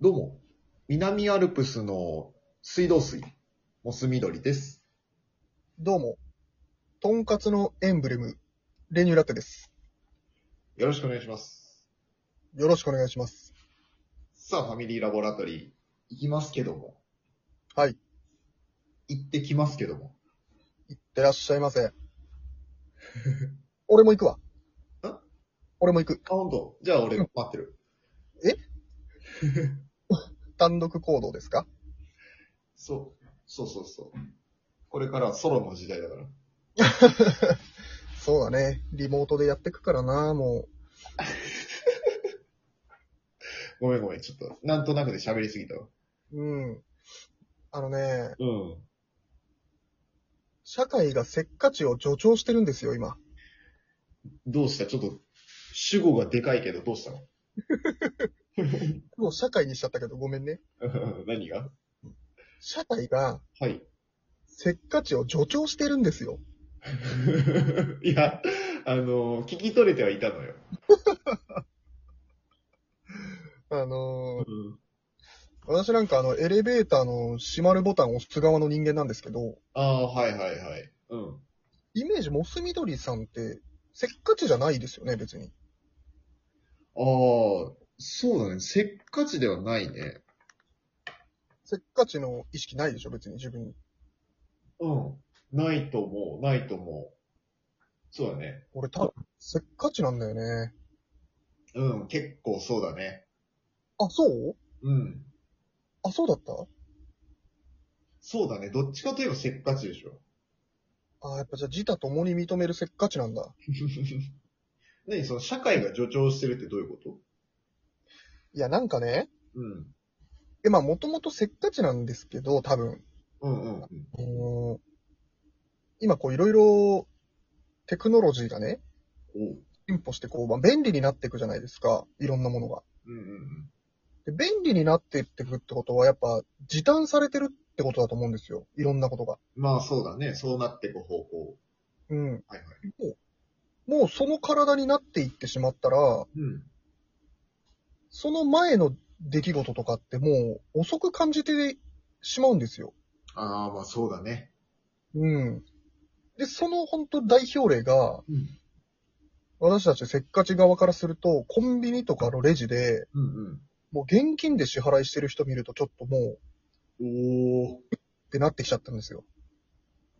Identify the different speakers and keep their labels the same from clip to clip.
Speaker 1: どうも、南アルプスの水道水、モス緑です。
Speaker 2: どうも、とんかつのエンブレム、レニューラッテです。
Speaker 1: よろしくお願いします。
Speaker 2: よろしくお願いします。
Speaker 1: さあ、ファミリーラボラトリー、行きますけども。
Speaker 2: はい。
Speaker 1: 行ってきますけども。
Speaker 2: いってらっしゃいませ。 俺も行くわ。
Speaker 1: ん
Speaker 2: 俺も行く。
Speaker 1: あ、ほんとじゃあ俺待ってる。
Speaker 2: 単独行動ですか
Speaker 1: そう、そうそうそう。これからはソロの時代だから。
Speaker 2: そうだね。リモートでやってくからな、も
Speaker 1: ごめんごめん、ちょっと、なんとなくで喋りすぎたわ。
Speaker 2: う。うん。あのね、
Speaker 1: うん。
Speaker 2: 社会がせっかちを助長してるんですよ、今。
Speaker 1: どうしたちょっと、主語がでかいけど、どうしたの
Speaker 2: もう社会にしちゃったけどごめんね。
Speaker 1: 何が
Speaker 2: 社会が
Speaker 1: はい。
Speaker 2: せっかちを助長してるんですよ。
Speaker 1: いや、あの、聞き取れてはいたのよ。
Speaker 2: あのー、私なんかあの、エレベーターの閉まるボタンを押す側の人間なんですけど、
Speaker 1: ああ、はいはいはい。うん。
Speaker 2: イメージ、モス緑さんって、せっかちじゃないですよね、別に。
Speaker 1: ああ、そうだね。せっかちではないね。
Speaker 2: せっかちの意識ないでしょ、別に自分に。
Speaker 1: うん。ないと思う、ないと思う。そうだね。
Speaker 2: 俺多分、せっかちなんだよね。
Speaker 1: うん、結構そうだね。
Speaker 2: あ、そう
Speaker 1: うん。
Speaker 2: あ、そうだった
Speaker 1: そうだね。どっちかといえばせっかちでしょ。
Speaker 2: あ、やっぱじゃあ自他共に認めるせっかちなんだ。
Speaker 1: 何その社会が助長してるってどういうこと
Speaker 2: いや、なんかね、
Speaker 1: うん。
Speaker 2: え、まあもともとせっかちなんですけど、多分、
Speaker 1: うんうんうん。
Speaker 2: あのー今こういろいろ、テクノロジーがね、
Speaker 1: おう。
Speaker 2: 進歩してこう、まあ、便利になっていくじゃないですか、いろんなものが。
Speaker 1: うんうん
Speaker 2: で、便利になっていってくってことは、やっぱ、時短されてるってことだと思うんですよ。いろんなことが。
Speaker 1: うん。まあそうだね。そうなっていく方向。
Speaker 2: う
Speaker 1: は
Speaker 2: ん。
Speaker 1: いはい。
Speaker 2: もうその体になっていってしまったら、
Speaker 1: うん。
Speaker 2: その前の出来事とかってもう遅く感じてしまうんですよ。
Speaker 1: ああ、まあそうだね。
Speaker 2: うん。で、その本当代表例が、
Speaker 1: うん。
Speaker 2: 私たちせっかち側からすると、コンビニとかのレジで、
Speaker 1: うん
Speaker 2: もう現金で支払いしてる人見るとちょっとも
Speaker 1: う
Speaker 2: う、
Speaker 1: ん。おー。
Speaker 2: ってなってきちゃったんですよ。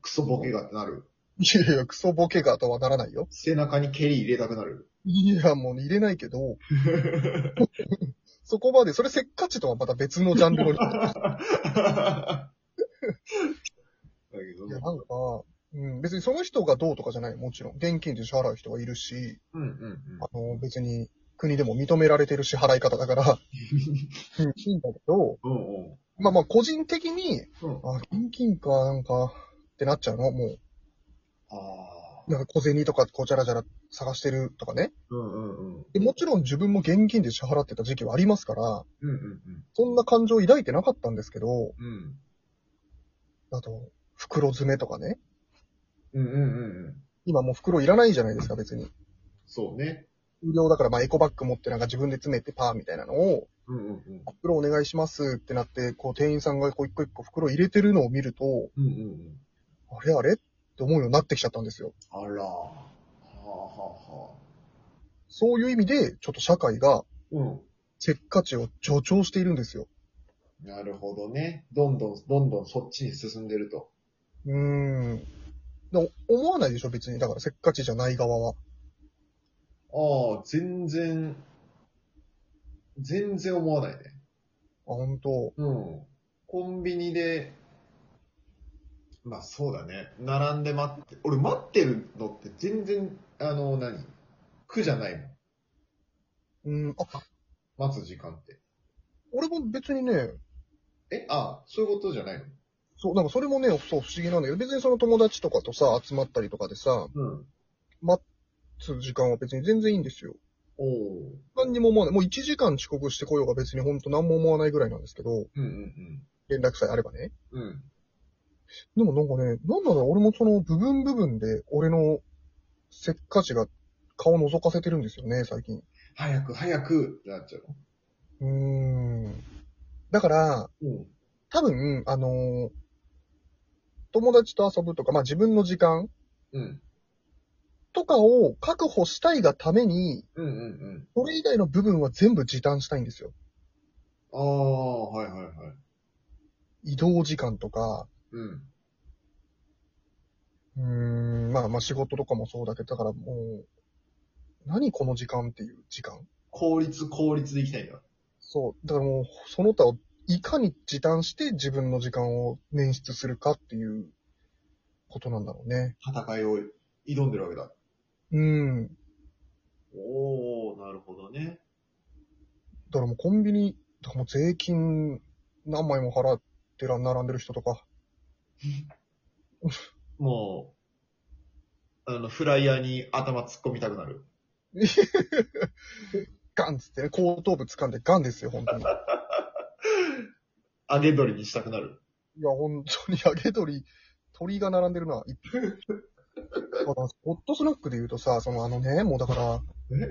Speaker 1: クソボケがってなる。
Speaker 2: いやいや、クソボケがとはならないよ。
Speaker 1: 背中に蹴り入れたくなる。
Speaker 2: いや、もう入れないけ ど、そこまで、それせっかちとはまた別のジャンルの。い
Speaker 1: だけど、
Speaker 2: や、なんか、うん、別にその人がどうとかじゃない、もちろん。現金で支払う人がいるし、
Speaker 1: うんうんうん。
Speaker 2: あの、別に国でも認められてる支払い方だから、うんいいんだけど、
Speaker 1: うんうん。
Speaker 2: まあまあ個人的に、
Speaker 1: うん
Speaker 2: あ、現金か、なんか、ってなっちゃうのも
Speaker 1: ああ。
Speaker 2: う、なんか小銭とかこうじゃらじゃら探してるとかね。
Speaker 1: うんうんうん。
Speaker 2: でもちろん自分も現金で支払ってた時期はありますから、
Speaker 1: うんうん
Speaker 2: そんな感情を抱いてなかったんですけど、
Speaker 1: うん。うん。
Speaker 2: あと、袋詰めとかね。
Speaker 1: うんうんうんうん。
Speaker 2: 今もう袋いらないじゃないですか、別に。
Speaker 1: そうね。
Speaker 2: 無料だから、まあエコバッグ持ってなんか自分で詰めてパーみたいなのを、
Speaker 1: うんうんうん。
Speaker 2: 袋お願いしますってなって、こう店員さんがこう一個一個袋入れてるのを見ると、
Speaker 1: うんうんうん。
Speaker 2: あれあれって思うようになってきちゃったんですよ。
Speaker 1: あら。はあは
Speaker 2: そういう意味で、ちょっと社会が
Speaker 1: あはあ。
Speaker 2: せっかちを助長しているんですよ。
Speaker 1: うん。なるほどね。どんどん、どんどんそっちに進んでると。
Speaker 2: うーん。でも思わないでしょ、別に。だからせっかちじゃない側は。
Speaker 1: ああ、全然、全然思わないね。
Speaker 2: あ、本当
Speaker 1: うん。コンビニで、まあそうだね。並んで待って、俺待ってるのって全然、あの、何苦じゃないもん。
Speaker 2: うん。あ、
Speaker 1: 待つ時間って。
Speaker 2: 俺も別にね、
Speaker 1: え、ああ、そういうことじゃないの
Speaker 2: そう、なんかそれもね、そう、不思議なんだけど、別にその友達とかとさ、集まったりとかでさ、
Speaker 1: うん。
Speaker 2: つう時間は別に全然いいんですよ。
Speaker 1: おお。
Speaker 2: 何にも思わない。もう1時間遅刻してこようが別にほんと何も思わないぐらいなんですけど、
Speaker 1: うんうん
Speaker 2: 連絡さえあればね。
Speaker 1: うん。うん。
Speaker 2: でもなんかね、なんだろう、俺もその部分部分で、俺のせっかちが顔を覗かせてるんですよね、最近。
Speaker 1: 早く早くってなっちゃう
Speaker 2: うーん。だから、
Speaker 1: うん。
Speaker 2: 多分、あのー友達と遊ぶとか、まあ自分の時間
Speaker 1: うん。
Speaker 2: とかを確保したいがために、
Speaker 1: うんうん
Speaker 2: それ以外の部分は全部時短したいんですよ。
Speaker 1: うん。ああ、はいはいはい。
Speaker 2: 移動時間とか、
Speaker 1: うん。
Speaker 2: うーん、まあまあ仕事とかもそうだけど、だからもう、何この時間っていう時間
Speaker 1: 効率、効率でいきたいんだ。
Speaker 2: そう。だからもう、その他をいかに時短して自分の時間を捻出するかっていうことなんだろうね。
Speaker 1: 戦いを挑んでるわけだ。
Speaker 2: うん。
Speaker 1: おー、なるほどね。
Speaker 2: だからもうコンビニ、だからもう税金何枚も払ってら並んでる人とか。
Speaker 1: もう、あの、フライヤーに頭突っ込みたくなる。
Speaker 2: ガンっつってね、後頭部掴んでガンですよ、本当に。い
Speaker 1: 揚げ鳥にしたくなる。
Speaker 2: や、本当に揚げ鳥、鳥が並んでるな。いっぱいだからホットスナックで言うとさ、そのあのね、もうだから、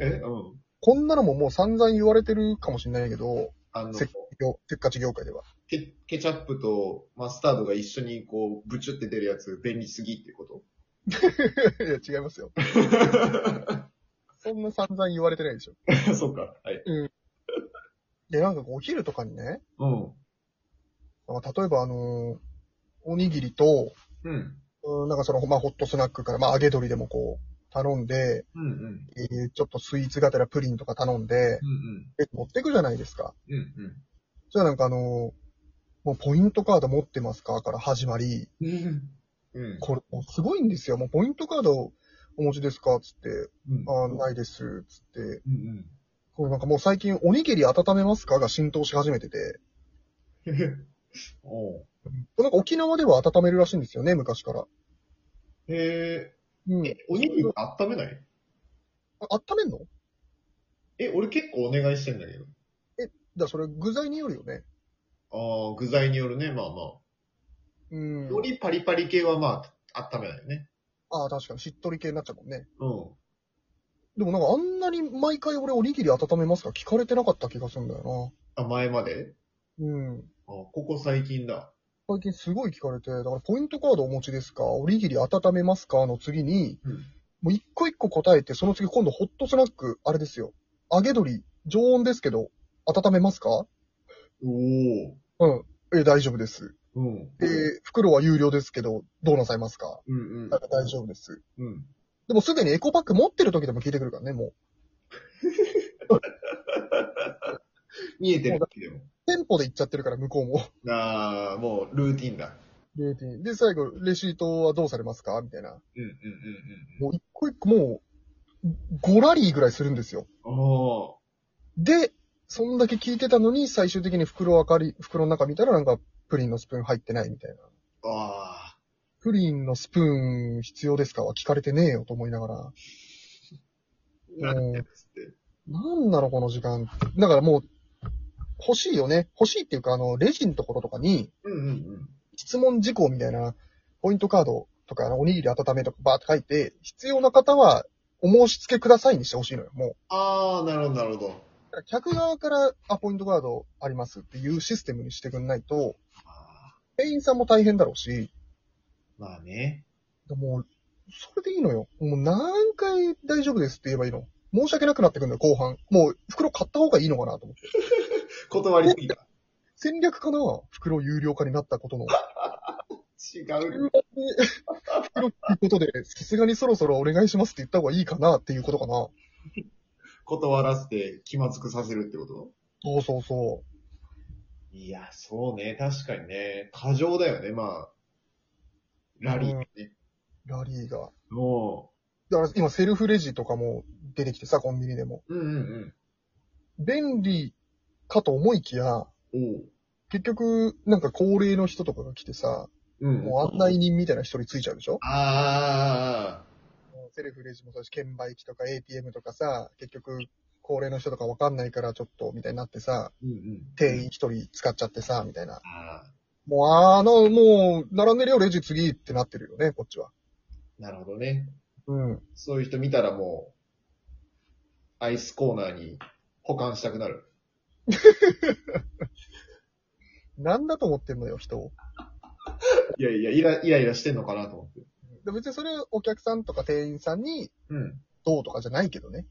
Speaker 1: え、え、うん。
Speaker 2: こんなのももう散々言われてるかもしれないけど、
Speaker 1: あの、
Speaker 2: せ業せっかち業界では。
Speaker 1: ケケチャップとマスタードが一緒にこう、ブチュって出るやつ、便利すぎっていう こと
Speaker 2: いや、違いますよ。そんな散々言われてないでしょ。
Speaker 1: そうか。はい。
Speaker 2: で、なんかこうお昼とかにね、
Speaker 1: うん。
Speaker 2: まあ例えばあのーおにぎりと、
Speaker 1: うん。
Speaker 2: うん、なんかその、まあ、ホットスナックから、まあ、揚げ鶏でもこう、頼んで、
Speaker 1: うんうん。
Speaker 2: えーちょっとスイーツがてらプリンとか頼んで、
Speaker 1: うん
Speaker 2: え持ってくじゃないですか。
Speaker 1: うん。うん
Speaker 2: じゃあなんかあのーもうポイントカード持ってますかから始まり、
Speaker 1: うん。うん。
Speaker 2: これ、もうすごいんですよ。もうポイントカードお持ちですかつって、
Speaker 1: うん
Speaker 2: あーないです。つって、
Speaker 1: うん
Speaker 2: これなんかもう最近おにぎり温めますかが浸透し始めてて、
Speaker 1: うん。 おう
Speaker 2: なんか沖縄では温めるらしいんですよね、昔から。
Speaker 1: へ
Speaker 2: うん。
Speaker 1: え、え、おにぎり温めない
Speaker 2: あ温めんの
Speaker 1: え、俺結構お願いしてんだけど。
Speaker 2: だからそれ具材によるよね。
Speaker 1: ああ、具材によるね、まあま
Speaker 2: うん
Speaker 1: あ。。よりパリパリ系はまあ、温めないよね。
Speaker 2: ああ、確かにしっとり系になっちゃうもんね。
Speaker 1: うん。
Speaker 2: でもなんかあんなに毎回俺おにぎり温めますか聞かれてなかった気がするんだよ
Speaker 1: あ、前まで
Speaker 2: な。うん。
Speaker 1: あここ最近だ。
Speaker 2: 最近すごい聞かれて、だからポイントカードお持ちですかおにぎり温めますかの次に、
Speaker 1: うん
Speaker 2: もう一個一個答えて、その次今度ホットスナック、あれですよ。揚げ鶏、常温ですけど、温めますか
Speaker 1: お
Speaker 2: うん。えー、大丈夫です。
Speaker 1: お。うん。
Speaker 2: えー、袋は有料ですけど、どうなさいますか
Speaker 1: うんうん。
Speaker 2: あ大丈夫です。
Speaker 1: うん。
Speaker 2: でもすでにエコバッグ持ってる時でも聞いてくるからね、もう。
Speaker 1: 見えてるけど。
Speaker 2: 店舗で行っちゃってるから、向こうも。
Speaker 1: ああ、もうルーティンだ。
Speaker 2: ルーティンで、最後、レシートはどうされますかみたいな。
Speaker 1: うんうん
Speaker 2: もう一個一個もう、5ラリーぐらいするんですよ。
Speaker 1: うんうん。おお。
Speaker 2: で、そんだけ聞いてたのに、最終的に袋をかり、袋の中見たらなんか、プリンのスプーン入ってないみたいな。
Speaker 1: ああ。
Speaker 2: プリンのスプーン必要ですかは聞かれてねえよと思いながら。
Speaker 1: なん
Speaker 2: も
Speaker 1: てや
Speaker 2: う、
Speaker 1: つって。
Speaker 2: なんなのこの時間。だからもう、欲しいよね。欲しいっていうか、あの、レジのところとかに、
Speaker 1: うんうんうん。
Speaker 2: 質問事項みたいな、ポイントカードとか、あのおにぎり温めとかバーって書いて、必要な方は、お申し付けくださいにしてほしいのよ、もう。
Speaker 1: ああ、なるほど、なるほど。
Speaker 2: だから客側から、あ、ポイントカードありますっていうシステムにしてくんないと、
Speaker 1: あ
Speaker 2: 店員さんも大変だろうし、
Speaker 1: ーまあね。
Speaker 2: でもう、それでいいのよ。もう何回大丈夫ですって言えばいいの。申し訳なくなってくんだよ、後半。もう、袋買った方がいいのかなと思って。
Speaker 1: 断りすぎた。
Speaker 2: 戦略かな袋有料化になったことの。
Speaker 1: 違う。
Speaker 2: 袋っていうことで、さすがにそろそろお願いしますって言った方がいいかなっていうことかな。
Speaker 1: 断らせて気まずくさせるってこと
Speaker 2: そうそうそ
Speaker 1: いや、そうね。確かにね。過剰だよね、まあ。ラリーね。
Speaker 2: う。ラリーが。
Speaker 1: も
Speaker 2: だから今セルフレジとかも出てきてさ、コンビニでも。
Speaker 1: う。うんうん
Speaker 2: 便利かと思いきや、
Speaker 1: うん。おう。
Speaker 2: 結局、なんか高齢の人とかが来てさ、
Speaker 1: うん。
Speaker 2: もう案内人みたいな人についちゃうでしょ、
Speaker 1: あ
Speaker 2: セルフレジもそうだし、券売機とか ATM とかさ、結局、高齢の人とかわかんないからちょっと、みたいになってさ、
Speaker 1: ー。うんうん。
Speaker 2: 店員一人使っちゃってさ、みたいな。
Speaker 1: ああ。
Speaker 2: もう、あの、もう、並んでるよ、レジ次ってなってるよね、こっちは。
Speaker 1: なるほどね。
Speaker 2: うん。
Speaker 1: そういう人見たらもう、アイスコーナーに保管したくなる。
Speaker 2: なんだと思ってんのよ、人を。
Speaker 1: いやいや、イライライラしてんのかなと思って。
Speaker 2: で別にそれお客さんとか店員さんに
Speaker 1: うん。
Speaker 2: どうとかじゃないけどね。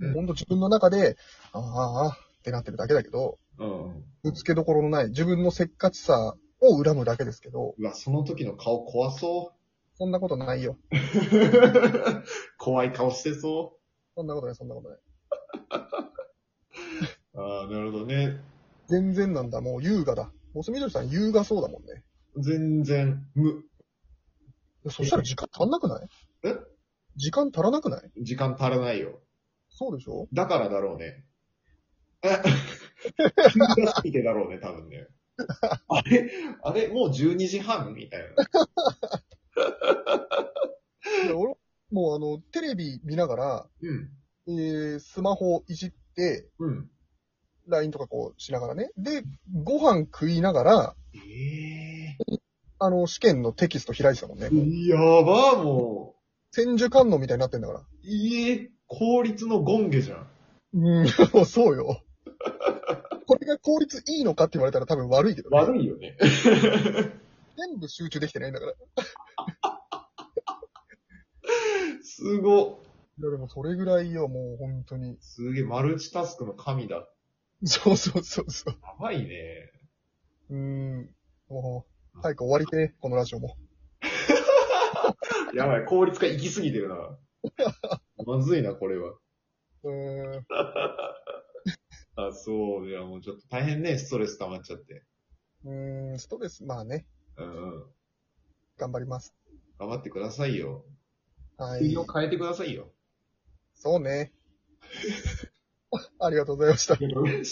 Speaker 1: うん
Speaker 2: ほんと自分の中で、ああああってなってるだけだけど、
Speaker 1: うん。
Speaker 2: ぶつけどころのない自分のせっかちさを恨むだけですけど、
Speaker 1: うわ、その時の顔怖そ
Speaker 2: そんなことないよ。
Speaker 1: う。 怖い顔してそ
Speaker 2: そんなことない、そんなことない。
Speaker 1: う。ああ、なるほどね。
Speaker 2: 全然なんだ、もう優雅だ。モスみどりさん優雅そうだもんね。
Speaker 1: 全然、無、
Speaker 2: そしたら時間足んなくない
Speaker 1: え
Speaker 2: 時間足らなくない
Speaker 1: 時間足らないよ。
Speaker 2: そうでしょ
Speaker 1: だからだろう ね。え気がついてだろうね、多分ね。あれあれもう12時半みたいな。
Speaker 2: いや俺もうあの、テレビ見ながら、
Speaker 1: うん。
Speaker 2: えー、スマホいじって、
Speaker 1: うん。
Speaker 2: LINE とかこうしながらね。で、ご飯食いながら、
Speaker 1: え
Speaker 2: あの、試験のテキスト開いてたもんね
Speaker 1: え。やば、も
Speaker 2: 千手観音みたいになってんだから。
Speaker 1: う。いえ、効率のゴンゲじゃん。
Speaker 2: うん、 そうよ。これが効率いいのかって言われたら多分悪いけど、ね、
Speaker 1: 悪いよね。
Speaker 2: 全部集中できてないんだから。い
Speaker 1: すご。
Speaker 2: やでもそれぐらいよ、もう本当に。
Speaker 1: すげえ、マルチタスクの神だ。
Speaker 2: そうそうそうそ
Speaker 1: やばいね。
Speaker 2: う。うん。もう、早く終わりて、このラジオも。
Speaker 1: やばい、効率が行き過ぎてるな。まずいな、これは。
Speaker 2: うーん。
Speaker 1: あ、そう。いや、もうちょっと大変ね、ストレス溜まっちゃって。
Speaker 2: うーん、ストレス、まあね、
Speaker 1: うんうん。
Speaker 2: 頑張ります。
Speaker 1: 頑張ってくださいよ。
Speaker 2: はい
Speaker 1: 国を。変えてくださいよ。
Speaker 2: そうね。ありがとうございました。